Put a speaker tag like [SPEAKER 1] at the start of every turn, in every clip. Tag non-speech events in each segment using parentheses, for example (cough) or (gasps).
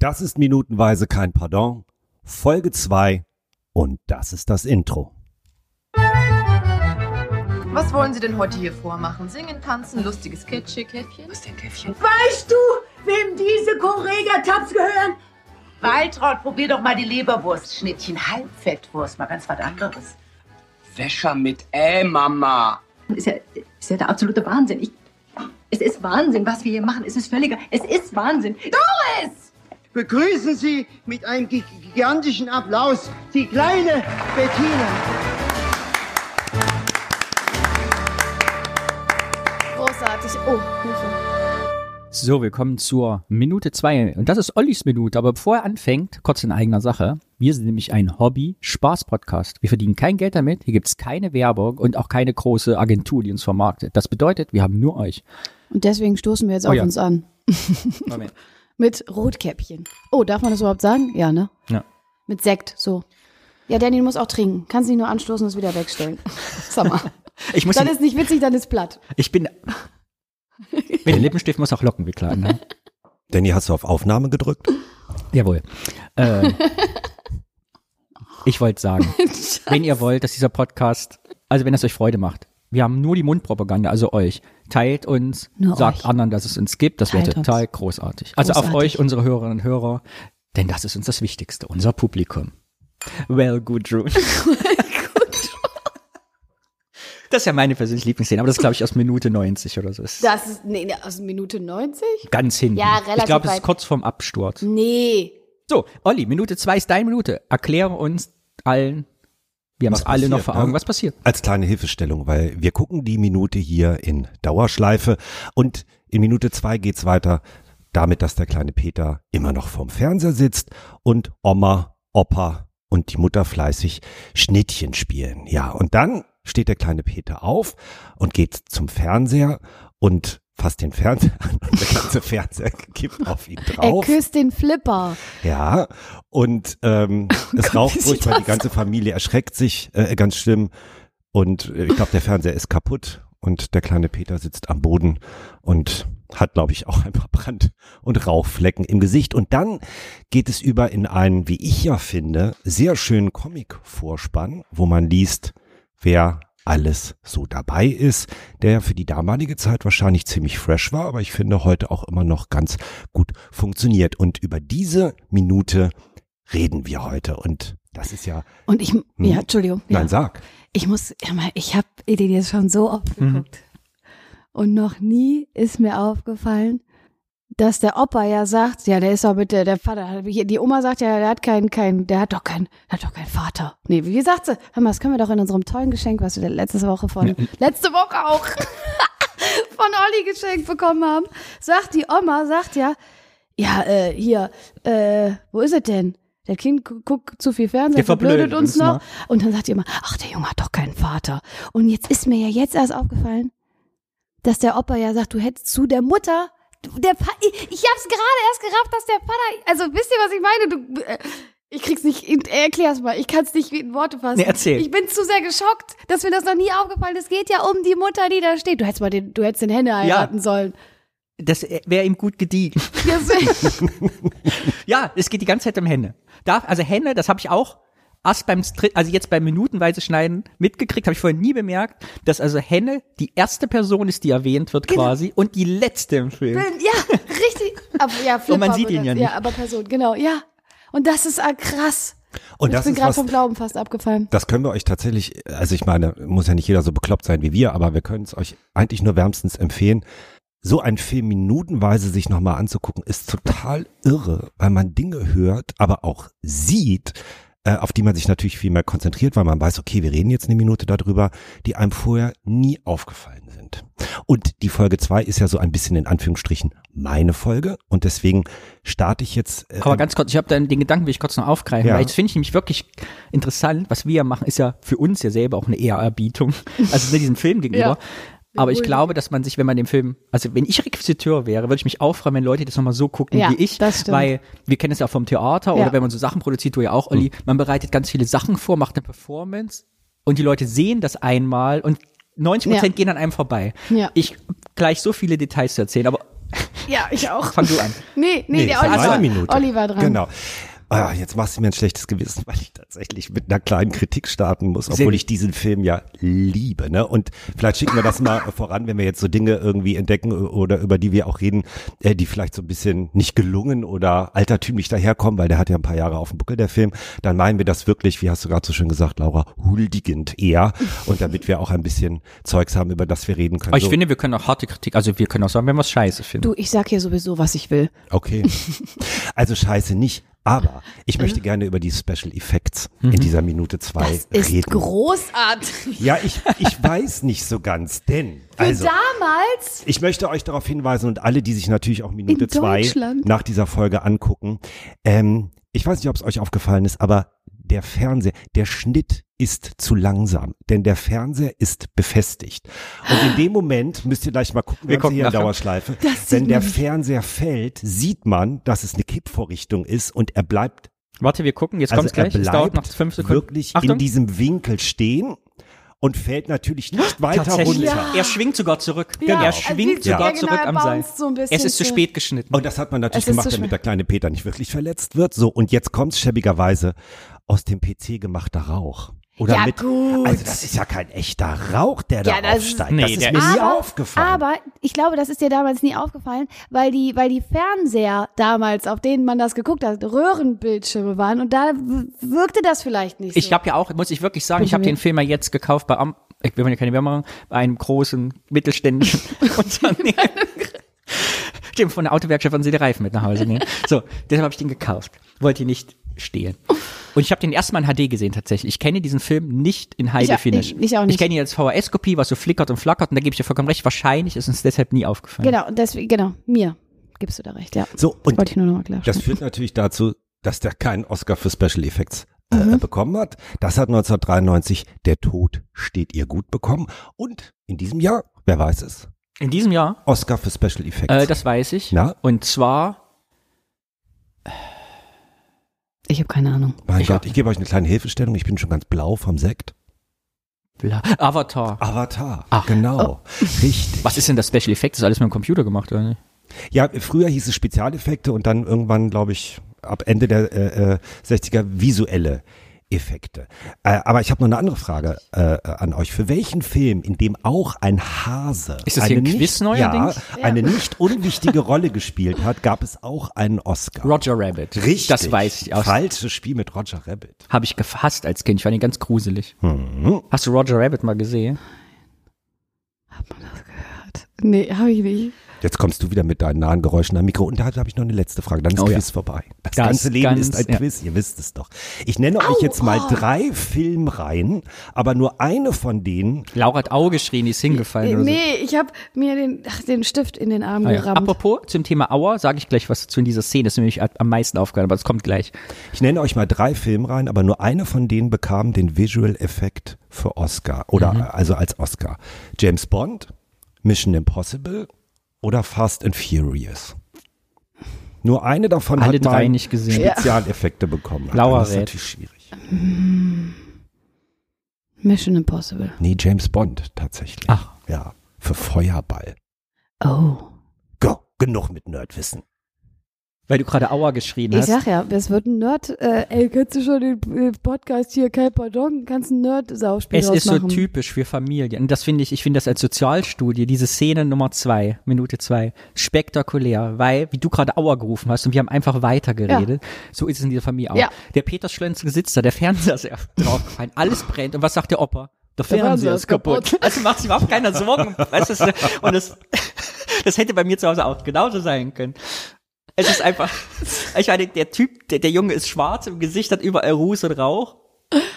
[SPEAKER 1] Das ist minutenweise kein Pardon. Folge 2 und das ist das Intro.
[SPEAKER 2] Was wollen Sie denn heute hier vormachen? Singen, tanzen, lustiges Kitschig, Käffchen?
[SPEAKER 3] Was denn, Käffchen?
[SPEAKER 4] Weißt du, wem diese Korega-Taps gehören?
[SPEAKER 5] Waltraud, probier doch mal die Leberwurstschnittchen. Halbfettwurst, mal ganz was anderes.
[SPEAKER 3] Wäscher mit Ä, Mama.
[SPEAKER 6] Ist ja, ist ja der absolute Wahnsinn. Ich, es ist Wahnsinn, was wir hier machen. Es ist völliger. Es ist Wahnsinn. Doris!
[SPEAKER 7] Begrüßen Sie mit einem gig- gigantischen Applaus die kleine Bettina.
[SPEAKER 8] Großartig. Oh, Hilfe.
[SPEAKER 9] So, wir kommen zur Minute 2. Und das ist Ollis Minute. Aber bevor er anfängt, kurz in eigener Sache. Wir sind nämlich ein Hobby-Spaß-Podcast. Wir verdienen kein Geld damit. Hier gibt's keine Werbung und auch keine große Agentur, die uns vermarktet. Das bedeutet, wir haben nur euch.
[SPEAKER 8] Und deswegen stoßen wir jetzt
[SPEAKER 9] Oh
[SPEAKER 8] auf
[SPEAKER 9] ja.
[SPEAKER 8] uns an.
[SPEAKER 9] Moment.
[SPEAKER 8] Mit Rotkäppchen. Oh, darf man das überhaupt sagen? Ja, ne?
[SPEAKER 9] Ja.
[SPEAKER 8] Mit Sekt, so. Ja, Danny, du musst auch trinken. Kannst nicht nur anstoßen und es
[SPEAKER 9] (laughs)
[SPEAKER 8] wieder wegstellen. Sag
[SPEAKER 9] Also-
[SPEAKER 8] mal.
[SPEAKER 9] Ich, muss
[SPEAKER 8] Dann ist nicht witzig, dann ist platt.
[SPEAKER 9] ich
[SPEAKER 8] (laughs)
[SPEAKER 9] bin. Mit dem Lippenstift muss auch Lockenwickler an. Ne?
[SPEAKER 1] Danny, hast du auf Aufnahme gedrückt?
[SPEAKER 9] Jawohl. Äh, ich wollte
[SPEAKER 8] (laughs)
[SPEAKER 9] sagen, wenn ihr wollt, dass dieser Podcast, also wenn es euch Freude macht, wir haben nur die Mundpropaganda, also euch. Teilt uns,
[SPEAKER 8] Nur
[SPEAKER 9] sagt
[SPEAKER 8] euch.
[SPEAKER 9] anderen, dass es uns gibt. Das wäre
[SPEAKER 8] Teilt uns.
[SPEAKER 9] total großartig. Also auf
[SPEAKER 8] Großartig.
[SPEAKER 9] euch, unsere Hörerinnen und Hörer, denn das ist uns das Wichtigste, unser Publikum. Well,
[SPEAKER 8] (laughs)
[SPEAKER 9] Gudrun. Das ist ja meine persönliche Lieblingsszene, aber das ist, glaube ich, aus Minute 90 oder so. Das ist
[SPEAKER 8] Das ist, nee, nee, aus Minute 90?
[SPEAKER 9] ganz hinten.
[SPEAKER 8] Ja, relativ
[SPEAKER 9] ich glaube, es ist
[SPEAKER 8] weit.
[SPEAKER 9] kurz vorm Absturz.
[SPEAKER 8] Nee.
[SPEAKER 9] So, Olli, Minute zwei ist deine Minute. Erkläre uns allen, wir haben
[SPEAKER 1] Was
[SPEAKER 9] es alle noch
[SPEAKER 1] passiert,
[SPEAKER 9] vor Augen,
[SPEAKER 1] ne?
[SPEAKER 9] was passiert.
[SPEAKER 1] Als kleine Hilfestellung, weil wir gucken die Minute hier in Dauerschleife und in Minute 2 geht's weiter damit, dass der kleine Peter immer noch vorm Fernseher sitzt und Oma, Opa und die Mutter fleißig Schnittchen spielen. Ja, und dann steht der kleine Peter auf und geht zum Fernseher und fasst den Fernseher an und der ganze Fernseher (laughs) kippt auf ihn drauf.
[SPEAKER 8] Er küsst den Flipper.
[SPEAKER 1] Ja, und ähm, es raucht
[SPEAKER 8] wie sieht
[SPEAKER 1] furchtbar, die
[SPEAKER 8] das
[SPEAKER 1] ganze Familie erschreckt sich äh, ganz schlimm und äh, ich glaube, der Fernseher ist kaputt und der kleine Peter sitzt am Boden und hat, glaube ich, auch (laughs) ein paar Brand- und Rauchflecken im Gesicht. Und dann geht es über in einen, wie ich ja finde, sehr schönen Comic-Vorspann, wo man liest, wer alles so dabei ist, der ja für die damalige Zeit wahrscheinlich ziemlich fresh war, aber ich finde heute auch immer noch ganz gut funktioniert. Und über diese Minute reden wir heute. Und das ist ja,
[SPEAKER 8] Und ich,
[SPEAKER 9] Hm.
[SPEAKER 8] ja, Entschuldigung. Ja.
[SPEAKER 1] nein, sag.
[SPEAKER 8] Ich muss, ja mal, ich habe den jetzt schon so oft
[SPEAKER 9] Mhm.
[SPEAKER 8] geguckt. Und noch nie ist mir aufgefallen, dass der Opa ja sagt, ja, der ist doch bitte, der Vater, hat- hier, die Oma sagt ja, der hat keinen, keinen, der hat doch keinen, hat doch keinen Vater. Nee, wie sagt sie? Hör mal, das können wir doch in unserem tollen Geschenk, was wir letzte Woche von, letzte Woche auch (laughs) von Olli geschenkt bekommen haben, sagt die Oma, sagt ja, ja, äh, hier, äh, wo ist er denn? Der Kind gu- guckt zu viel Fernsehen,
[SPEAKER 9] Der verblödet
[SPEAKER 8] verblödet uns
[SPEAKER 9] uns
[SPEAKER 8] noch.
[SPEAKER 9] mal.
[SPEAKER 8] Und dann sagt ihr immer, ach, der Junge hat doch keinen Vater. Und jetzt ist mir ja jetzt erst aufgefallen, dass der Opa ja sagt, du hättest zu der Mutter, der pa ich, ich hab's gerade erst gerafft, dass der Vater, also wisst ihr, was ich meine? Du, äh, ich krieg's nicht, in- äh, erklär's mal, ich kann's nicht in Worte fassen.
[SPEAKER 9] Nee, erzähl.
[SPEAKER 8] Ich bin zu sehr geschockt, dass mir das noch nie aufgefallen ist. Es geht ja um die Mutter, die da steht. Du hättest mal den, du hättest den Henne heiraten sollen.
[SPEAKER 9] Das wäre ihm gut
[SPEAKER 1] (laughs)
[SPEAKER 9] gediegen.
[SPEAKER 8] Deswegen-
[SPEAKER 9] ja, es geht die ganze Zeit um Henne. Darf, also Henne, das habe ich auch erst beim Stri- also jetzt beim minutenweise Schneiden mitgekriegt, habe ich vorhin nie bemerkt, dass also Henne die erste Person ist, die erwähnt wird
[SPEAKER 1] Genau.
[SPEAKER 9] quasi und die letzte im Film.
[SPEAKER 8] ja, richtig. Aber ja, Flipper
[SPEAKER 9] man sieht
[SPEAKER 8] wird
[SPEAKER 9] ihn ja
[SPEAKER 8] das- Ja,
[SPEAKER 9] nicht.
[SPEAKER 8] aber Person, genau, ja. Und das ist äh, krass.
[SPEAKER 1] Und
[SPEAKER 8] ich
[SPEAKER 1] das
[SPEAKER 8] bin
[SPEAKER 1] ist
[SPEAKER 8] gerade
[SPEAKER 1] was,
[SPEAKER 8] vom Glauben fast abgefallen.
[SPEAKER 1] das können wir euch tatsächlich, also ich meine, muss ja nicht jeder so bekloppt sein wie wir, aber wir können es euch eigentlich nur wärmstens empfehlen. So einen Film minutenweise sich nochmal anzugucken, ist total irre, weil man Dinge hört, aber auch sieht, äh, auf die man sich natürlich viel mehr konzentriert, weil man weiß, okay, wir reden jetzt eine Minute darüber, die einem vorher nie aufgefallen sind. Und die Folge zwei ist ja so ein bisschen in Anführungsstrichen meine Folge und deswegen starte ich jetzt. äh,
[SPEAKER 9] Aber ganz kurz, ich habe den Gedanken, will ich kurz noch aufgreifen,
[SPEAKER 1] Ja.
[SPEAKER 9] weil das finde ich nämlich wirklich interessant. Was wir ja machen, ist ja für uns ja selber auch eine Ehrerbietung, (laughs) also ne, diesem Film gegenüber. Aber ich glaube, dass man sich, wenn man dem Film, also wenn ich Requisiteur wäre, würde ich mich auch freuen, wenn Leute das nochmal so gucken
[SPEAKER 8] Ja,
[SPEAKER 9] wie ich.
[SPEAKER 8] das stimmt.
[SPEAKER 9] Weil wir kennen es ja vom Theater
[SPEAKER 8] Ja.
[SPEAKER 9] oder wenn man so Sachen produziert, du ja auch, Olli, man bereitet ganz viele Sachen vor, macht eine Performance und die Leute sehen das einmal und 90 Prozent
[SPEAKER 8] Ja.
[SPEAKER 9] gehen an einem vorbei.
[SPEAKER 8] Ja.
[SPEAKER 9] Ich gleich so viele Details zu erzählen, aber
[SPEAKER 8] Ja, ich auch.
[SPEAKER 9] Fang
[SPEAKER 8] (laughs)
[SPEAKER 9] du an.
[SPEAKER 8] Nee, nee, der
[SPEAKER 1] es war
[SPEAKER 8] Oliver.
[SPEAKER 1] eine Minute.
[SPEAKER 8] Olli war dran.
[SPEAKER 1] Genau. Ah, jetzt machst du mir ein schlechtes Gewissen, (laughs) weil ich tatsächlich mit einer kleinen Kritik starten muss,
[SPEAKER 9] Sehr
[SPEAKER 1] obwohl
[SPEAKER 9] gut.
[SPEAKER 1] ich diesen Film ja liebe. Ne? Und vielleicht schicken wir das
[SPEAKER 8] (laughs)
[SPEAKER 1] mal voran, wenn wir jetzt so Dinge irgendwie entdecken oder über die wir auch reden, äh, die vielleicht so ein bisschen nicht gelungen oder altertümlich daherkommen, weil der hat ja ein paar Jahre auf dem Buckel, der Film. Dann meinen wir das wirklich, wie hast du gerade so schön gesagt, Laura, huldigend eher. Und damit wir auch ein bisschen Zeugs haben, über das wir reden können.
[SPEAKER 9] Aber ich
[SPEAKER 1] so,
[SPEAKER 9] finde, wir können auch harte Kritik, also wir können auch sagen, wenn wir es scheiße finden.
[SPEAKER 8] Du, ich sag hier sowieso, was ich will. (laughs)
[SPEAKER 1] Okay. Also scheiße nicht. Aber ich möchte gerne über die Special Effects in dieser Minute zwei
[SPEAKER 8] Mhm. Das ist
[SPEAKER 1] reden.
[SPEAKER 8] großartig.
[SPEAKER 1] Ja, ich, ich weiß nicht so ganz, denn. Also,
[SPEAKER 8] Damals?
[SPEAKER 1] ich möchte euch darauf hinweisen und alle, die sich natürlich auch Minute
[SPEAKER 8] In
[SPEAKER 1] zwei
[SPEAKER 8] Deutschland?
[SPEAKER 1] nach dieser Folge angucken. Ähm, ich weiß nicht, ob es euch aufgefallen ist, aber der Fernseher, der Schnitt ist zu langsam, denn der Fernseher ist befestigt. Und in dem Moment müsst ihr gleich mal gucken, wir haben
[SPEAKER 9] Wir
[SPEAKER 1] sie
[SPEAKER 9] gucken
[SPEAKER 1] hier in
[SPEAKER 9] nachher.
[SPEAKER 1] Dauerschleife.
[SPEAKER 8] Das
[SPEAKER 1] Wenn
[SPEAKER 8] sieht
[SPEAKER 1] der
[SPEAKER 8] man nicht.
[SPEAKER 1] Fernseher fällt, sieht man, dass es eine Kippvorrichtung ist und er bleibt
[SPEAKER 9] Warte, wir gucken, jetzt kommt's
[SPEAKER 1] Also er
[SPEAKER 9] gleich. Es dauert noch fünf Sekunden.
[SPEAKER 1] wirklich
[SPEAKER 9] Achtung.
[SPEAKER 1] in diesem Winkel stehen und fällt natürlich
[SPEAKER 8] Ah,
[SPEAKER 1] nicht weiter runter.
[SPEAKER 9] Tatsächlich. Er schwingt sogar zurück.
[SPEAKER 8] Ja,
[SPEAKER 9] Er
[SPEAKER 8] also
[SPEAKER 9] schwingt
[SPEAKER 8] sie-
[SPEAKER 9] sogar
[SPEAKER 8] ja, genau,
[SPEAKER 9] zurück
[SPEAKER 8] er
[SPEAKER 9] am Seil.
[SPEAKER 8] bounced so ein bisschen
[SPEAKER 9] es ist zu
[SPEAKER 8] zurück.
[SPEAKER 9] spät geschnitten.
[SPEAKER 1] Und das hat man natürlich
[SPEAKER 8] Es ist
[SPEAKER 1] gemacht,
[SPEAKER 8] zu
[SPEAKER 1] damit
[SPEAKER 8] schwer.
[SPEAKER 1] der kleine Peter nicht wirklich verletzt wird. So, und jetzt kommt's schäbigerweise aus dem PC gemachter Rauch. Oder
[SPEAKER 8] Ja,
[SPEAKER 1] mit,
[SPEAKER 8] gut.
[SPEAKER 1] Also das ist ja kein echter Rauch, der da
[SPEAKER 8] Ja, das ist-
[SPEAKER 1] aufsteigt.
[SPEAKER 9] Nee,
[SPEAKER 1] das ist
[SPEAKER 9] der
[SPEAKER 1] mir
[SPEAKER 9] ist-
[SPEAKER 1] nie aufgefallen.
[SPEAKER 8] Aber ich glaube, das ist dir damals nie aufgefallen, weil die, weil die Fernseher damals, auf denen man das geguckt hat, Röhrenbildschirme waren und da w- wirkte das vielleicht nicht so.
[SPEAKER 9] Ich habe ja auch, muss ich wirklich sagen, ich habe
[SPEAKER 8] Bitte.
[SPEAKER 9] den Film ja jetzt gekauft bei Am ich will mir keine Werbung machen, bei einem großen
[SPEAKER 8] (laughs)
[SPEAKER 9] mittelständischen Unternehmen. Stimmt, von der Autowerkstatt von sie die Reifen mit nach Hause nehmen. So, deshalb habe ich den gekauft. Wollte ihn nicht stehlen. Und ich habe den erstmal in HD gesehen tatsächlich. Ich kenne diesen Film nicht in High
[SPEAKER 8] Ich-
[SPEAKER 9] Definition.
[SPEAKER 8] ich- ich auch nicht.
[SPEAKER 9] Ich kenne ihn als VHS-Kopie, was so flickert und flackert und da gebe ich dir vollkommen recht. Wahrscheinlich ist uns deshalb nie aufgefallen.
[SPEAKER 8] Genau, und deswegen, genau, mir gibst du da recht, ja.
[SPEAKER 1] so, und
[SPEAKER 8] Wollte ich nur noch mal klar
[SPEAKER 1] Das führt natürlich dazu, dass der keinen Oscar für Special Effects äh,
[SPEAKER 8] Mhm.
[SPEAKER 1] bekommen hat. Das hat 1993 Der Tod steht ihr gut bekommen. Und in diesem Jahr, wer weiß es,
[SPEAKER 9] In diesem Jahr,
[SPEAKER 1] Oscar für Special Effects.
[SPEAKER 9] äh, das weiß ich.
[SPEAKER 1] Na?
[SPEAKER 9] Und zwar,
[SPEAKER 8] Ich habe keine Ahnung.
[SPEAKER 1] mein
[SPEAKER 9] ich
[SPEAKER 1] Gott,
[SPEAKER 9] hab-
[SPEAKER 1] ich gebe euch eine kleine Hilfestellung. Ich bin schon ganz blau vom Sekt.
[SPEAKER 9] bla, Avatar.
[SPEAKER 1] Avatar,
[SPEAKER 9] Ach. Oh.
[SPEAKER 1] genau. Richtig.
[SPEAKER 9] Was ist denn das Special Effect? Das ist alles mit dem Computer gemacht, oder nicht?
[SPEAKER 1] Ja, früher hieß es Spezialeffekte und dann irgendwann, glaube ich, ab Ende der äh, äh, 60er visuelle Effekte. Äh, aber ich habe noch eine andere Frage äh, an euch. Für welchen Film, in dem auch ein Hase
[SPEAKER 9] Ist das
[SPEAKER 1] eine,
[SPEAKER 9] hier ein
[SPEAKER 1] nicht,
[SPEAKER 9] Quiz
[SPEAKER 1] ja,
[SPEAKER 9] neuerdings?
[SPEAKER 1] eine nicht unwichtige Rolle gespielt hat, gab es auch einen Oscar?
[SPEAKER 9] Roger Rabbit.
[SPEAKER 1] Richtig.
[SPEAKER 9] Das weiß ich aus.
[SPEAKER 1] Falsches Spiel mit Roger Rabbit.
[SPEAKER 9] Habe ich gefasst als Kind. Ich fand ihn ganz gruselig.
[SPEAKER 1] Mhm.
[SPEAKER 9] Hast du Roger Rabbit mal gesehen?
[SPEAKER 8] Nee, habe ich nicht.
[SPEAKER 1] Jetzt kommst du wieder mit deinen nahen Geräuschen am Mikro und da habe ich noch eine letzte Frage. Dann ist
[SPEAKER 9] Oh ja.
[SPEAKER 1] Quiz vorbei. Das,
[SPEAKER 9] Das
[SPEAKER 1] ganze Leben
[SPEAKER 9] ganz-
[SPEAKER 1] ist ein
[SPEAKER 9] ja. oh.
[SPEAKER 1] Quiz, ihr wisst es doch. Ich nenne euch jetzt mal drei Filmreihen, aber nur eine von denen.
[SPEAKER 9] Laura hat Au geschrien, die ist hingefallen. oder
[SPEAKER 8] Nee, ich habe mir den, ach, den Stift in den Arm
[SPEAKER 9] so. Ah, ja.
[SPEAKER 8] gerammt.
[SPEAKER 9] Apropos zum Thema Auer, sage ich gleich was zu in dieser Szene. Das ist mir nämlich a- am meisten aufgefallen, aber es kommt gleich.
[SPEAKER 1] Ich nenne euch mal drei Filmreihen, aber nur eine von denen bekam den Visual Effekt für Oscar oder
[SPEAKER 9] Mhm.
[SPEAKER 1] äh, also als Oscar. James Bond, Mission Impossible oder Fast and Furious. Nur eine davon
[SPEAKER 9] Alle
[SPEAKER 1] hat
[SPEAKER 9] drei
[SPEAKER 1] mal
[SPEAKER 9] nicht gesehen.
[SPEAKER 1] Spezialeffekte bekommen.
[SPEAKER 9] Laura
[SPEAKER 1] das ist
[SPEAKER 9] rät.
[SPEAKER 1] natürlich schwierig.
[SPEAKER 8] Mission Impossible.
[SPEAKER 1] Nee, James Bond tatsächlich.
[SPEAKER 9] Ach.
[SPEAKER 1] Ja, für Feuerball.
[SPEAKER 8] Oh.
[SPEAKER 1] Go, genug mit Nerdwissen.
[SPEAKER 9] Weil du gerade Auer geschrien
[SPEAKER 8] Ich
[SPEAKER 9] hast.
[SPEAKER 8] sag ja, es wird ein Nerd. Äh, ey, kannst du schon den äh, Podcast hier, kein Pardon, kannst ein Nerd-Sauspiel
[SPEAKER 9] es ist so
[SPEAKER 8] rausmachen.
[SPEAKER 9] typisch für Familien. Und das finde ich, ich finde das als Sozialstudie, diese Szene Nummer zwei, Minute zwei, spektakulär, weil, wie du gerade Auer gerufen hast und wir haben einfach weitergeredet, so ist es in dieser Familie auch.
[SPEAKER 8] Ja.
[SPEAKER 9] Der Peter Schlenzen sitzt da, der Fernseher ist (laughs) draufgefallen, alles brennt. Und was sagt der Opa? Der Fernseher, ist kaputt. Also macht sich überhaupt keiner (laughs) Sorgen. weißt du, und das, das hätte bei mir zu Hause auch genauso sein können. Es ist einfach, ich meine, der Typ, der, der Junge ist schwarz im Gesicht, hat überall Ruß und Rauch,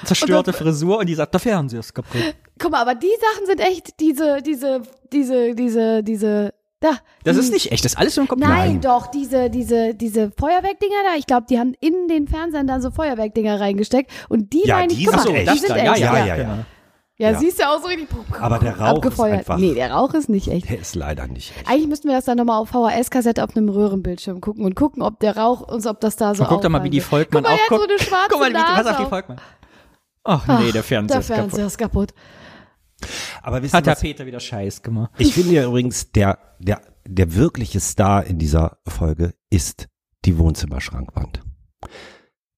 [SPEAKER 9] zerstörte Frisur und die sagt, der Fernseher ist kaputt.
[SPEAKER 8] Guck mal, aber die Sachen sind echt diese, diese, diese, diese, diese, da.
[SPEAKER 9] Das
[SPEAKER 8] die,
[SPEAKER 9] ist nicht echt, das ist alles im Computer.
[SPEAKER 8] Nein, doch, diese, diese, diese Feuerwerkdinger da, ich glaube, die haben in den Fernsehern dann so Feuerwerkdinger reingesteckt und die
[SPEAKER 1] Ja,
[SPEAKER 8] meine ich,
[SPEAKER 1] die
[SPEAKER 8] guck
[SPEAKER 1] sind
[SPEAKER 8] mal,
[SPEAKER 1] echt.
[SPEAKER 8] die sind
[SPEAKER 1] Ja,
[SPEAKER 8] echt,
[SPEAKER 1] ja, ja, ja.
[SPEAKER 9] genau.
[SPEAKER 8] Ja,
[SPEAKER 1] ja.
[SPEAKER 8] siehst du auch so richtig.
[SPEAKER 1] Aber der Rauch ist
[SPEAKER 8] abgefeuert.
[SPEAKER 1] einfach-
[SPEAKER 8] Nee, der Rauch ist nicht echt.
[SPEAKER 1] Der ist leider nicht echt.
[SPEAKER 8] Eigentlich müssten wir das dann nochmal auf VHS-Kassette auf einem Röhrenbildschirm gucken und gucken, ob der Rauch uns, ob das da so.
[SPEAKER 9] Und guck doch mal, wie die
[SPEAKER 8] auffallen
[SPEAKER 9] Volkmann
[SPEAKER 8] wird. Guck mal,
[SPEAKER 9] aufguckt.
[SPEAKER 8] der hat so eine schwarze
[SPEAKER 9] Guck mal, wie die, was sagt die
[SPEAKER 8] Nase auf.
[SPEAKER 9] Volkmann? Ach nee, der Fernseher
[SPEAKER 8] Der
[SPEAKER 9] ist kaputt.
[SPEAKER 8] Fernseher ist kaputt.
[SPEAKER 1] Aber wisst ihr
[SPEAKER 9] Hat der
[SPEAKER 1] was?
[SPEAKER 9] Peter wieder Scheiß gemacht.
[SPEAKER 1] Ich finde ja übrigens, der, der der wirkliche Star in dieser Folge ist die Wohnzimmerschrankwand.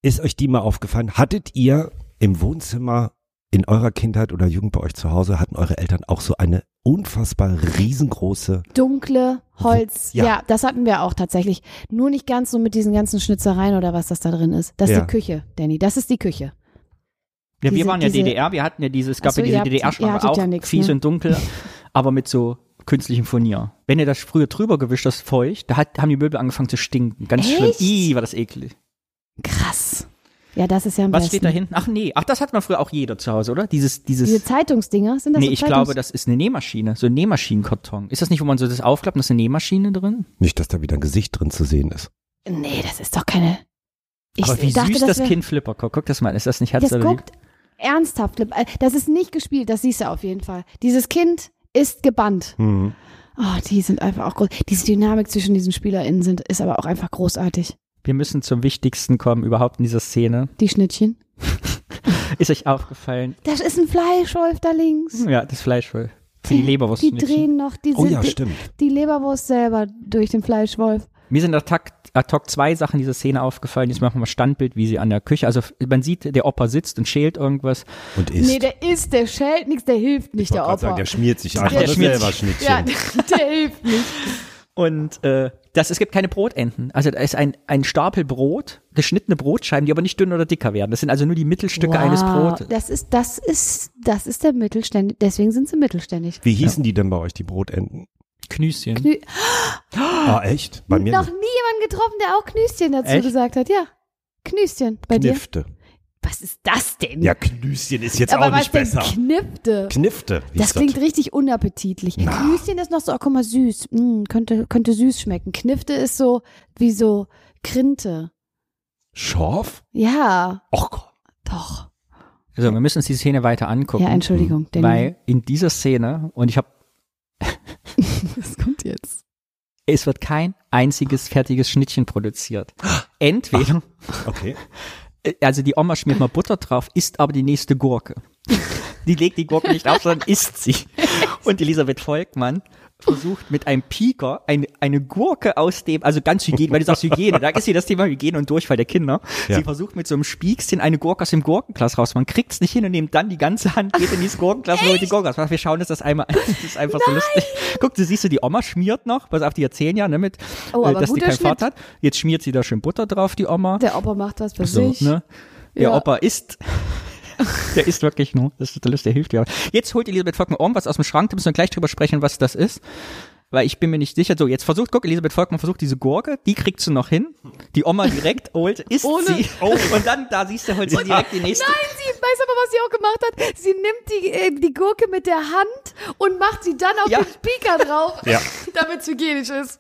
[SPEAKER 1] Ist euch die mal aufgefallen? Hattet ihr im Wohnzimmer in eurer Kindheit oder Jugend bei euch zu Hause, hatten eure Eltern auch so eine unfassbar riesengroße,
[SPEAKER 8] Dunkle Holz.
[SPEAKER 1] Ja.
[SPEAKER 8] Ja. das hatten wir auch tatsächlich. Nur nicht ganz so mit diesen ganzen Schnitzereien oder was das da drin ist. Das ist
[SPEAKER 1] Ja.
[SPEAKER 8] die Küche, Danny. Das ist die Küche.
[SPEAKER 9] Ja, wir
[SPEAKER 8] Diese-
[SPEAKER 9] waren ja
[SPEAKER 8] diese-
[SPEAKER 9] DDR, wir hatten ja diese, es gab
[SPEAKER 8] Ach so,
[SPEAKER 9] ja
[SPEAKER 8] ihr
[SPEAKER 9] diese
[SPEAKER 8] habt- ihr
[SPEAKER 9] DDR-Schrank
[SPEAKER 8] hattet
[SPEAKER 9] auch,
[SPEAKER 8] ja nix,
[SPEAKER 9] fies
[SPEAKER 8] ne?
[SPEAKER 9] und
[SPEAKER 8] (laughs)
[SPEAKER 9] dunkel, aber mit so künstlichem Furnier. Wenn ihr das früher drüber gewischt hast, feucht, da hat, haben die Möbel angefangen zu stinken. Ganz schlimm.
[SPEAKER 8] Echt?
[SPEAKER 9] Ih, war das eklig.
[SPEAKER 8] Krass. Ja, das ist ja am
[SPEAKER 9] Was
[SPEAKER 8] besten.
[SPEAKER 9] steht da hinten? Ach nee, ach, das hat man früher auch jeder zu Hause, oder? Dieses,
[SPEAKER 8] Diese
[SPEAKER 9] dieses.
[SPEAKER 8] Zeitungsdinger sind das
[SPEAKER 9] Nee,
[SPEAKER 8] so
[SPEAKER 9] ich
[SPEAKER 8] Zeitungs-
[SPEAKER 9] glaube, das ist eine Nähmaschine, so ein Nähmaschinenkarton. Ist das nicht, wo man so das aufklappt und da ist eine Nähmaschine drin?
[SPEAKER 1] nicht, dass da wieder ein Gesicht drin zu sehen ist.
[SPEAKER 8] Nee, das ist doch keine. Ich
[SPEAKER 9] aber wie
[SPEAKER 8] dachte,
[SPEAKER 9] süß das,
[SPEAKER 8] wär-
[SPEAKER 9] Kind Flipper guckt. Guck das mal, ist das nicht
[SPEAKER 8] Das
[SPEAKER 9] herzlich?
[SPEAKER 8] guckt ernsthaft. Flip. Äh, Das ist nicht gespielt, das siehst du auf jeden Fall. Dieses Kind ist gebannt.
[SPEAKER 1] Mhm.
[SPEAKER 8] Oh, die sind einfach auch groß. Diese Dynamik zwischen diesen SpielerInnen sind, ist aber auch einfach großartig.
[SPEAKER 9] Wir müssen zum Wichtigsten kommen überhaupt in dieser Szene.
[SPEAKER 8] Die Schnittchen.
[SPEAKER 9] Ist euch aufgefallen? Hm,
[SPEAKER 8] Das ist ein Fleischwolf da
[SPEAKER 1] Hm,
[SPEAKER 8] links.
[SPEAKER 9] Ja, das Fleisch wohl. Für die Leberwurst.
[SPEAKER 8] Die drehen noch, die,
[SPEAKER 1] Oh
[SPEAKER 8] sind,
[SPEAKER 1] ja,
[SPEAKER 8] die,
[SPEAKER 1] stimmt.
[SPEAKER 8] die Leberwurst selber durch den Fleischwolf.
[SPEAKER 9] Mir sind ad hoc, ad hoc zwei Sachen dieser Szene aufgefallen. Jetzt machen wir mal Standbild, wie sie an der Küche. Also f- man sieht, der Opa sitzt und schält irgendwas.
[SPEAKER 1] Und ist.
[SPEAKER 8] Nee, der ist, der schält nichts, der hilft nicht, der Opa.
[SPEAKER 1] schmiert sich
[SPEAKER 9] einfach der nur schmiert selber sich.
[SPEAKER 1] Schnittchen.
[SPEAKER 8] ja, (laughs) der hilft nicht.
[SPEAKER 9] Und äh, das, es gibt keine Brotenden. Also da ist ein, ein Stapel Brot, geschnittene Brotscheiben, die aber nicht dünn oder dicker werden. Das sind also nur die Mittelstücke eines
[SPEAKER 8] Wow,
[SPEAKER 9] Brotes.
[SPEAKER 8] Das ist, das ist, das ist der Mittelständig. Deswegen sind sie mittelständig.
[SPEAKER 1] Wie hießen die denn bei euch, die Brotenden?
[SPEAKER 9] Knüschen.
[SPEAKER 8] Knü
[SPEAKER 1] Ah, echt? Bei mir
[SPEAKER 8] Oh. noch nie
[SPEAKER 1] nicht.
[SPEAKER 8] jemanden getroffen, der auch Knüschen dazu
[SPEAKER 9] Echt?
[SPEAKER 8] gesagt hat. Ja. Knüschen. Bei
[SPEAKER 1] Knifte.
[SPEAKER 8] dir? Was ist das denn?
[SPEAKER 1] Ja, Knüschen ist jetzt
[SPEAKER 8] Aber
[SPEAKER 1] auch
[SPEAKER 8] was
[SPEAKER 1] nicht
[SPEAKER 8] denn
[SPEAKER 1] besser.
[SPEAKER 8] Knifte?
[SPEAKER 1] Knifte. hieß
[SPEAKER 8] Das klingt richtig unappetitlich. Knüschen ist noch so, oh, guck mal, süß. Mm, könnte, könnte süß schmecken. Knifte ist so wie so Krinte.
[SPEAKER 1] Schorf?
[SPEAKER 8] Ja,
[SPEAKER 1] Och Gott.
[SPEAKER 8] doch.
[SPEAKER 9] Also wir müssen uns die Szene weiter angucken.
[SPEAKER 8] Ja, Entschuldigung. Danny. (laughs)
[SPEAKER 9] Weil in dieser Szene, und ich habe,
[SPEAKER 8] das kommt jetzt.
[SPEAKER 9] es wird kein einziges fertiges Schnittchen
[SPEAKER 8] (gasps)
[SPEAKER 9] produziert. Entweder
[SPEAKER 1] Okay.
[SPEAKER 9] also die Oma schmiert mal Butter drauf, isst aber die nächste Gurke. Die legt die Gurke nicht auf, sondern isst sie. Und Elisabeth Volkmann versucht mit einem Pieker eine, eine Gurke aus dem, also ganz Hygiene, weil du sagst Hygiene, da ist hier das Thema Hygiene und Durchfall der Kinder.
[SPEAKER 1] Ja.
[SPEAKER 9] Sie versucht mit so einem Spiekschen eine Gurke aus dem Gurkenglas raus. Man kriegt's nicht hin und nimmt dann die ganze Hand, geht in dieses Gurkenglas und holt die Gurke raus. Wir schauen uns das einmal an. Das ist einfach so lustig. Guck, du siehst du, die Oma schmiert noch, pass auf, die hat zehn Jahre, ne, mit,
[SPEAKER 8] Oh,
[SPEAKER 9] äh,
[SPEAKER 8] aber
[SPEAKER 9] dass die
[SPEAKER 8] guter
[SPEAKER 9] keinen Vater
[SPEAKER 8] Schnitt.
[SPEAKER 9] hat. Jetzt schmiert sie da schön Butter drauf, die Oma.
[SPEAKER 8] Der Opa macht was für
[SPEAKER 9] So,
[SPEAKER 8] sich.
[SPEAKER 9] ne? Der
[SPEAKER 8] Ja.
[SPEAKER 9] Opa isst. (laughs) Der isst wirklich nur. Das ist total lustig, der hilft ja. Jetzt holt Elisabeth Volkmann irgendwas aus dem Schrank, da müssen wir gleich drüber sprechen, was das ist. Weil ich bin mir nicht sicher. So, jetzt versucht, guck, Elisabeth Volkmann versucht diese Gurke, die kriegt sie noch hin. Die Oma direkt holt,
[SPEAKER 8] (laughs)
[SPEAKER 9] isst sie. Und dann, da siehst du, holt sie direkt die nächste.
[SPEAKER 8] Oh. Nein, sie weiß aber, was sie auch gemacht hat. Sie nimmt die, äh, die Gurke mit der Hand und macht sie dann auf
[SPEAKER 9] Ja.
[SPEAKER 8] den Speaker drauf,
[SPEAKER 1] Ja.
[SPEAKER 8] (laughs) damit es hygienisch ist.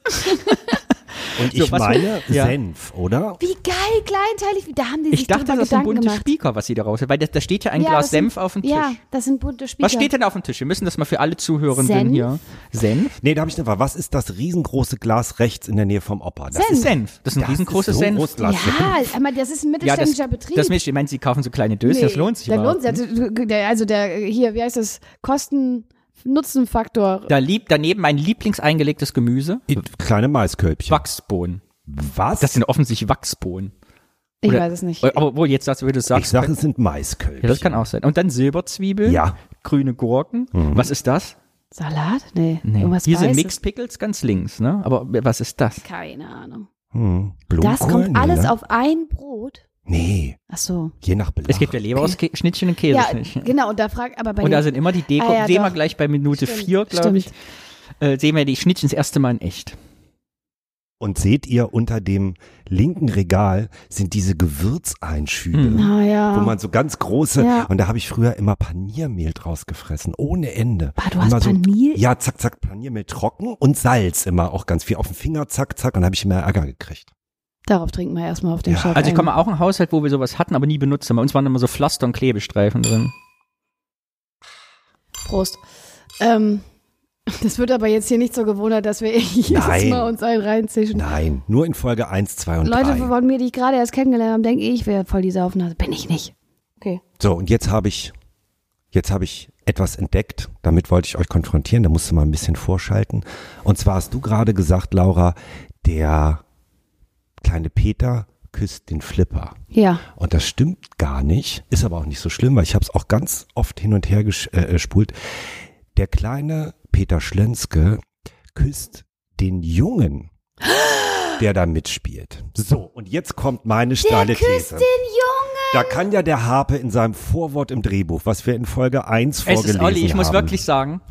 [SPEAKER 1] Und
[SPEAKER 9] So,
[SPEAKER 1] ich
[SPEAKER 9] was-
[SPEAKER 1] meine
[SPEAKER 9] Ja.
[SPEAKER 1] Senf, oder?
[SPEAKER 8] Wie geil, kleinteilig. Da haben die sich
[SPEAKER 9] Ich dachte,
[SPEAKER 8] drüber
[SPEAKER 9] das ist ein
[SPEAKER 8] Gedanken
[SPEAKER 9] bunter
[SPEAKER 8] gemacht.
[SPEAKER 9] Spieker, was sie da raus hat. Weil da, da steht ja ein
[SPEAKER 8] Ja,
[SPEAKER 9] Glas
[SPEAKER 8] das sind-
[SPEAKER 9] Senf auf dem Tisch.
[SPEAKER 8] Ja, das sind bunte Spieker.
[SPEAKER 9] Was steht denn auf dem Tisch? Wir müssen das mal für alle Zuhörenden
[SPEAKER 8] Senf?
[SPEAKER 9] hier. Senf?
[SPEAKER 1] Nee, da habe ich eine Frage. Was ist das riesengroße Glas rechts in der Nähe vom Opa? Das
[SPEAKER 9] Senf. Senf. Das ist ein
[SPEAKER 1] das
[SPEAKER 9] riesengroßes
[SPEAKER 1] ist so ein
[SPEAKER 9] Senf.
[SPEAKER 1] großes Glas Senf.
[SPEAKER 8] ja, aber das ist ein mittelständischer Betrieb.
[SPEAKER 9] Das, das, ich meine, sie kaufen so kleine Döschen, das lohnt sich
[SPEAKER 8] Da
[SPEAKER 9] überhaupt ne?
[SPEAKER 8] lohnt sich. Also, der, also der, hier, wie heißt das? Kosten-Nutzen-Faktor.
[SPEAKER 9] Da lieb, daneben mein lieblingseingelegtes Gemüse,
[SPEAKER 1] Kleine Maiskölbchen.
[SPEAKER 9] Wachsbohnen.
[SPEAKER 1] Was?
[SPEAKER 9] Das sind offensichtlich Wachsbohnen.
[SPEAKER 8] Ich
[SPEAKER 9] Oder-
[SPEAKER 8] weiß es nicht.
[SPEAKER 9] Aber wohl jetzt, sagst, wie du
[SPEAKER 1] ich
[SPEAKER 9] sagst.
[SPEAKER 1] sage, es sind
[SPEAKER 9] ja,
[SPEAKER 1] Maiskölbchen.
[SPEAKER 9] das kann auch sein. Und dann Silberzwiebeln,
[SPEAKER 1] Ja. Mhm.
[SPEAKER 9] grüne Gurken. Was ist das?
[SPEAKER 8] Salat? Nee. Irgendwas
[SPEAKER 9] Hier sind
[SPEAKER 8] Weißes.
[SPEAKER 9] Mixed Pickles ganz links, ne? Aber was ist das?
[SPEAKER 8] Keine Ahnung.
[SPEAKER 1] Hm. Blumenkohl?
[SPEAKER 8] Das kommt
[SPEAKER 1] Nee,
[SPEAKER 8] alles
[SPEAKER 1] ne?
[SPEAKER 8] auf ein Brot.
[SPEAKER 1] Nee,
[SPEAKER 8] Ach so.
[SPEAKER 1] je nach Belag.
[SPEAKER 9] Es gibt ja Leberwurstschnittchen und
[SPEAKER 8] Ja,
[SPEAKER 9] Käseschnittchen.
[SPEAKER 8] genau. Und da fragt, aber bei
[SPEAKER 9] und
[SPEAKER 8] den-
[SPEAKER 9] da sind immer die Deko,
[SPEAKER 8] Ah, ja,
[SPEAKER 9] sehen wir
[SPEAKER 8] doch.
[SPEAKER 9] gleich bei Minute
[SPEAKER 8] Stimmt,
[SPEAKER 9] 4, glaube ich,
[SPEAKER 8] stimmt.
[SPEAKER 9] äh, sehen wir die Schnittchen das erste Mal in echt.
[SPEAKER 1] Und seht ihr, unter dem linken Regal sind diese Gewürzeinschübe.
[SPEAKER 8] Naja.
[SPEAKER 1] Wo man so ganz große,
[SPEAKER 8] Ah. Ja.
[SPEAKER 1] und da habe ich früher immer Paniermehl draus gefressen, ohne Ende.
[SPEAKER 8] Ah, du hast
[SPEAKER 1] immer
[SPEAKER 8] Panier?
[SPEAKER 1] So, ja, zack, zack, Paniermehl trocken und Salz immer auch ganz viel auf den Finger, zack, zack, und da habe ich immer Ärger gekriegt.
[SPEAKER 8] Darauf trinken wir erstmal auf den
[SPEAKER 1] Ja.
[SPEAKER 8] Schock.
[SPEAKER 9] Also ich
[SPEAKER 8] ein.
[SPEAKER 9] komme auch in einen Haushalt, wo wir sowas hatten, aber nie benutzt haben. Bei uns waren immer so Pflaster und Klebestreifen drin.
[SPEAKER 8] Prost. Ähm, (laughs) das wird aber jetzt hier nicht so gewohnt, dass wir (laughs) jedes
[SPEAKER 1] Nein.
[SPEAKER 8] Mal uns einen reinzischen.
[SPEAKER 1] Nein, nur in Folge 1, 2 und
[SPEAKER 8] Leute
[SPEAKER 1] 3.
[SPEAKER 8] von mir, die ich gerade erst kennengelernt habe, denken, ich wäre voll die Saufnase. Bin ich nicht.
[SPEAKER 1] So, und jetzt habe ich, jetzt habe ich etwas entdeckt. Damit wollte ich euch konfrontieren. Da musste mal ein bisschen vorschalten. Und zwar hast du gerade gesagt, Laura, der kleine Peter küsst den Flipper.
[SPEAKER 8] Ja.
[SPEAKER 1] Und das stimmt gar nicht, ist aber auch nicht so schlimm, weil ich habe es auch ganz oft hin und her gesch- äh, äh, gespult. Der kleine Peter Schlönske küsst den Jungen, der da mitspielt. So, und jetzt kommt meine steile These.
[SPEAKER 10] Jungen.
[SPEAKER 1] Da kann ja der Harpe in seinem Vorwort im Drehbuch, was wir in Folge 1
[SPEAKER 9] Es
[SPEAKER 1] vorgelesen
[SPEAKER 9] ist Olli, ich
[SPEAKER 1] haben.
[SPEAKER 9] muss wirklich sagen,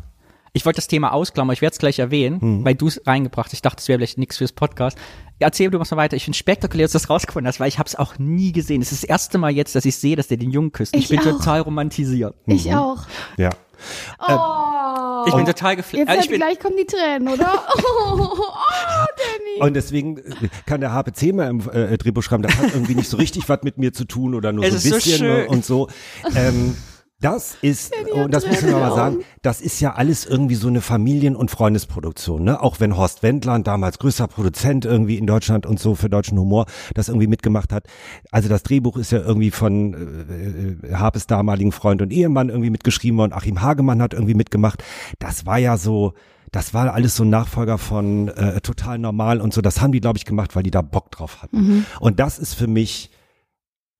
[SPEAKER 9] ich wollte das Thema ausklammern, ich werde es gleich erwähnen,
[SPEAKER 1] Hm.
[SPEAKER 9] weil du es reingebracht hast. Ich dachte, es wäre vielleicht nichts fürs Podcast. Erzähl du machst mal weiter. Ich finde spektakulär, dass du das rausgefunden hast, weil ich habe es auch nie gesehen. Es ist das erste Mal jetzt, dass ich sehe, dass der den Jungen küsst. Ich, bin
[SPEAKER 8] Ich auch.
[SPEAKER 9] total romantisiert.
[SPEAKER 1] Hm.
[SPEAKER 8] Ich auch.
[SPEAKER 1] Ja.
[SPEAKER 9] Ich bin total geflasht.
[SPEAKER 8] Oh. Jetzt
[SPEAKER 9] Also
[SPEAKER 8] halt
[SPEAKER 9] ich bin,
[SPEAKER 8] gleich kommen die Tränen,
[SPEAKER 9] (laughs)
[SPEAKER 8] oder? Oh, oh Danny.
[SPEAKER 1] Und deswegen äh, kann der Harpe Zehmer im äh, Drehbuch schreiben, das hat irgendwie nicht so richtig was mit mir zu tun oder nur
[SPEAKER 9] Es
[SPEAKER 1] so ein
[SPEAKER 9] ist so
[SPEAKER 1] bisschen ne,
[SPEAKER 9] schön.
[SPEAKER 1] und so. Ähm, das ist, und das müssen wir mal sagen, das ist ja alles irgendwie so eine Familien- und Freundesproduktion, ne? Auch wenn Horst Wendland, damals größter Produzent irgendwie in Deutschland und so für deutschen Humor, das irgendwie mitgemacht hat. Also das Drehbuch ist ja irgendwie von äh, äh, Harpes damaligen Freund und Ehemann irgendwie mitgeschrieben worden. Achim Hagemann hat irgendwie mitgemacht. Das war ja so, das war alles so ein Nachfolger von äh, Total Normal und so. Das haben die, glaube ich, gemacht, weil die da Bock drauf hatten. Und das ist für mich,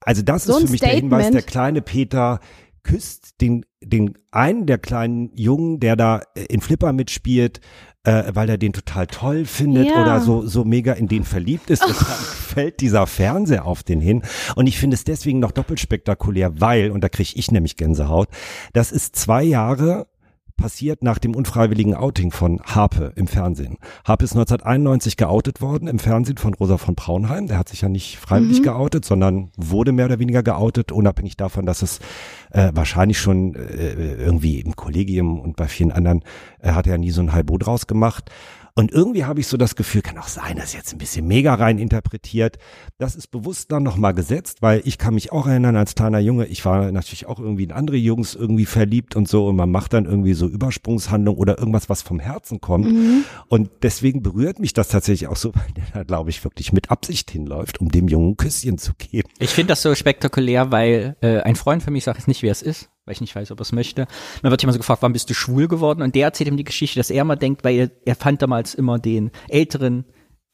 [SPEAKER 1] also das
[SPEAKER 8] Mhm.
[SPEAKER 1] ist
[SPEAKER 8] So ein
[SPEAKER 1] für mich der Hinweis,
[SPEAKER 8] Statement.
[SPEAKER 1] der kleine Peter küsst den, den einen der kleinen Jungen, der da äh, in Flipper mitspielt, äh, weil er den total toll findet
[SPEAKER 8] Ja.
[SPEAKER 1] oder so, so mega in den verliebt ist. Und dann fällt dieser Fernseher auf den hin. Und ich finde es deswegen noch doppelt spektakulär, weil, und da kriege ich nämlich Gänsehaut, das ist zwei Jahre passiert nach dem unfreiwilligen Outing von Harpe im Fernsehen. Harpe ist 1991 geoutet worden im Fernsehen von Rosa von Braunheim. Der hat sich ja nicht freiwillig geoutet, sondern wurde mehr oder weniger geoutet, unabhängig davon, dass es äh, wahrscheinlich schon äh, irgendwie im Kollegium und bei vielen anderen äh, hat er nie so ein Halbo draus gemacht. Und irgendwie habe ich so das Gefühl, kann auch sein, dass jetzt ein bisschen mega rein interpretiert. Das ist bewusst dann nochmal gesetzt, weil ich kann mich auch erinnern als kleiner Junge, ich war natürlich auch irgendwie in andere Jungs irgendwie verliebt und so und man macht dann irgendwie so Übersprungshandlung oder irgendwas, was vom Herzen kommt. Und deswegen berührt mich das tatsächlich auch so, (laughs) weil der da glaube ich wirklich mit Absicht hinläuft, um dem Jungen ein Küsschen zu geben.
[SPEAKER 9] ich finde das so spektakulär, weil äh, ein Freund von mir, ich sage jetzt nicht, wer es ist, weil ich nicht weiß, ob er es möchte. Man wird immer so gefragt, wann bist du schwul geworden? Und der erzählt ihm die Geschichte, dass er mal denkt, weil er, er fand damals immer den älteren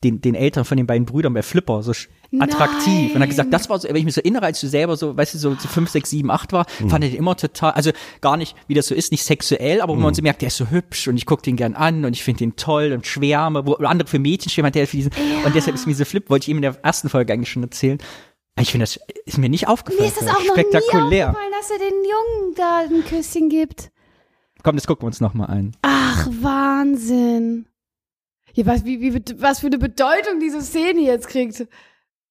[SPEAKER 9] den, den Eltern von den beiden Brüdern bei Flipper so sch- attraktiv. Und er hat gesagt, das war so, wenn ich mich so erinnere, als du selber so, weißt du, so, so 5, 6, 7, 8 war, fand er den immer total, also gar nicht, wie das so ist, nicht sexuell, aber wo man so merkt, der ist so hübsch und ich gucke den gern an und ich finde den toll und schwärme, wo andere für Mädchen schwärmen, hat der für diesen, und deshalb ist mir so Flip, wollte ich ihm in der ersten Folge eigentlich schon erzählen. Aber Ich finde, das ist mir nicht aufgefallen.
[SPEAKER 10] Mir ist das auch noch nie
[SPEAKER 9] Spektakulär.
[SPEAKER 10] aufgefallen, dass er den Jungen da ein Küsschen gibt.
[SPEAKER 9] Komm, das gucken wir uns nochmal an.
[SPEAKER 8] Ach, Wahnsinn. Ja, was, wie, wie, was für eine Bedeutung diese Szene jetzt kriegt.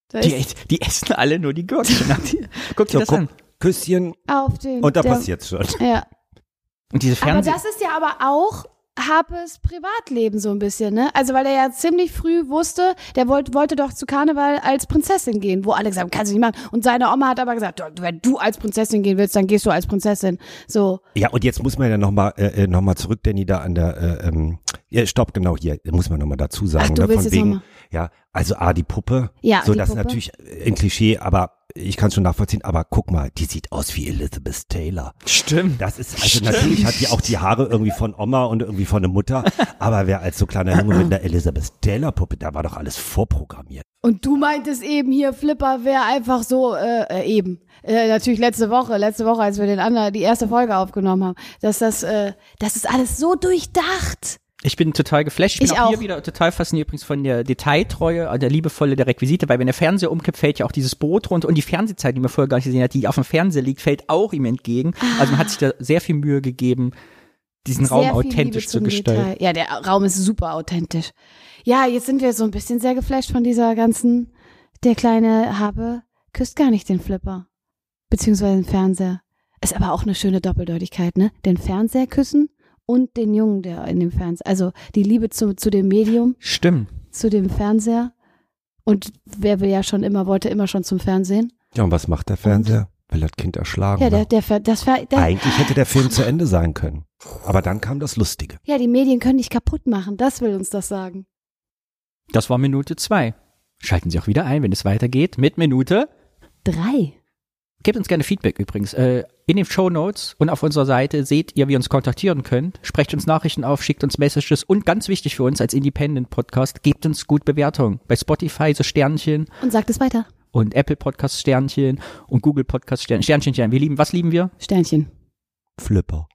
[SPEAKER 8] Da
[SPEAKER 9] Die,
[SPEAKER 8] ist
[SPEAKER 9] die essen alle nur die Gürtelchen. Guck dir
[SPEAKER 1] So,
[SPEAKER 9] das
[SPEAKER 1] guck,
[SPEAKER 9] an.
[SPEAKER 1] Küsschen
[SPEAKER 8] auf dem.
[SPEAKER 1] und da
[SPEAKER 8] der-
[SPEAKER 1] passiert's schon.
[SPEAKER 8] Ja.
[SPEAKER 9] Und diese
[SPEAKER 8] Aber
[SPEAKER 9] Fernseh...
[SPEAKER 8] das ist ja aber auch Harpes Privatleben so ein bisschen, ne? Also weil er ja ziemlich früh wusste, der wollt, wollte doch zu Karneval als Prinzessin gehen, wo alle gesagt haben, kannst du nicht machen. Und seine Oma hat aber gesagt, "Du- wenn du als Prinzessin gehen willst, dann gehst du als Prinzessin. So,
[SPEAKER 1] Ja, und jetzt muss man ja nochmal äh, äh, noch mal zurück, Danny, da an der, äh, ähm, ja, stopp, genau hier, muss man nochmal dazu sagen.
[SPEAKER 8] Ach, du
[SPEAKER 1] ne,
[SPEAKER 8] willst
[SPEAKER 1] von
[SPEAKER 8] jetzt
[SPEAKER 1] wegen,
[SPEAKER 8] noch mal.
[SPEAKER 1] ja, also A, die Puppe.
[SPEAKER 8] Ja,
[SPEAKER 1] So,
[SPEAKER 8] die
[SPEAKER 1] das
[SPEAKER 8] Puppe.
[SPEAKER 1] ist natürlich äh, ein Klischee, aber ich kann es schon nachvollziehen, aber guck mal, die sieht aus wie Elizabeth Taylor.
[SPEAKER 9] Stimmt.
[SPEAKER 1] Das ist, also natürlich hat die auch die Haare irgendwie von Oma und irgendwie von der (laughs) Mutter, aber wer als so kleiner Junge mit einer Elizabeth Taylor Puppe, da war doch alles vorprogrammiert.
[SPEAKER 8] Und du meintest eben hier, Flipper wäre einfach so, äh, äh, eben. Äh, natürlich letzte Woche, letzte Woche, als wir den anderen, die erste Folge aufgenommen haben, dass das, äh, das ist alles so durchdacht.
[SPEAKER 9] Ich bin total geflasht. Ich bin
[SPEAKER 8] Ich
[SPEAKER 9] auch, hier
[SPEAKER 8] auch.
[SPEAKER 9] wieder total fasziniert übrigens von der Detailtreue, äh, der Liebevolle der Requisite, weil wenn der Fernseher umkippt, fällt ja auch dieses Boot runter und die Fernsehzeit, die man vorher gar nicht gesehen hat, die auf dem Fernseher liegt, fällt auch ihm entgegen. Also man hat sich da sehr viel Mühe gegeben, diesen Raum
[SPEAKER 8] Sehr viel
[SPEAKER 9] authentisch
[SPEAKER 8] Liebe
[SPEAKER 9] zu
[SPEAKER 8] zum
[SPEAKER 9] gestalten.
[SPEAKER 8] Detail. Ja, der Raum ist super authentisch. Ja, jetzt sind wir so ein bisschen sehr geflasht von dieser ganzen, der kleine Habe küsst gar nicht den Flipper. Beziehungsweise den Fernseher. Ist aber auch eine schöne Doppeldeutigkeit, ne? Den Fernseher küssen und den Jungen, der in dem Fernseher, also die Liebe zu, zu dem Medium.
[SPEAKER 9] Stimmt.
[SPEAKER 8] zu dem Fernseher. Und wer will ja schon immer, wollte immer schon zum Fernsehen.
[SPEAKER 1] Ja, und was macht der Fernseher? Will das Kind erschlagen?
[SPEAKER 8] Ja, der,
[SPEAKER 9] genau.
[SPEAKER 1] ne?
[SPEAKER 8] der, Fer- das, Fer- der,
[SPEAKER 1] Eigentlich hätte der Film zu Ende sein können. Aber dann kam das Lustige.
[SPEAKER 8] ja, die Medien können dich kaputt machen. Das will uns das sagen.
[SPEAKER 9] Das war Minute zwei. Schalten Sie auch wieder ein, wenn es weitergeht, mit Minute
[SPEAKER 8] Drei.
[SPEAKER 9] Gebt uns gerne Feedback übrigens. Äh, in den Show Notes und auf unserer Seite seht ihr, wie ihr uns kontaktieren könnt. Sprecht uns Nachrichten auf, schickt uns Messages und ganz wichtig für uns als Independent Podcast, gebt uns gut Bewertungen. Bei Spotify so Sternchen
[SPEAKER 10] Und sagt es weiter.
[SPEAKER 9] und Apple Podcast Sternchen und Google Podcast Sternchen. Sternchen, Sternchen. Wir lieben, was lieben wir?
[SPEAKER 8] Sternchen.
[SPEAKER 1] Flipper.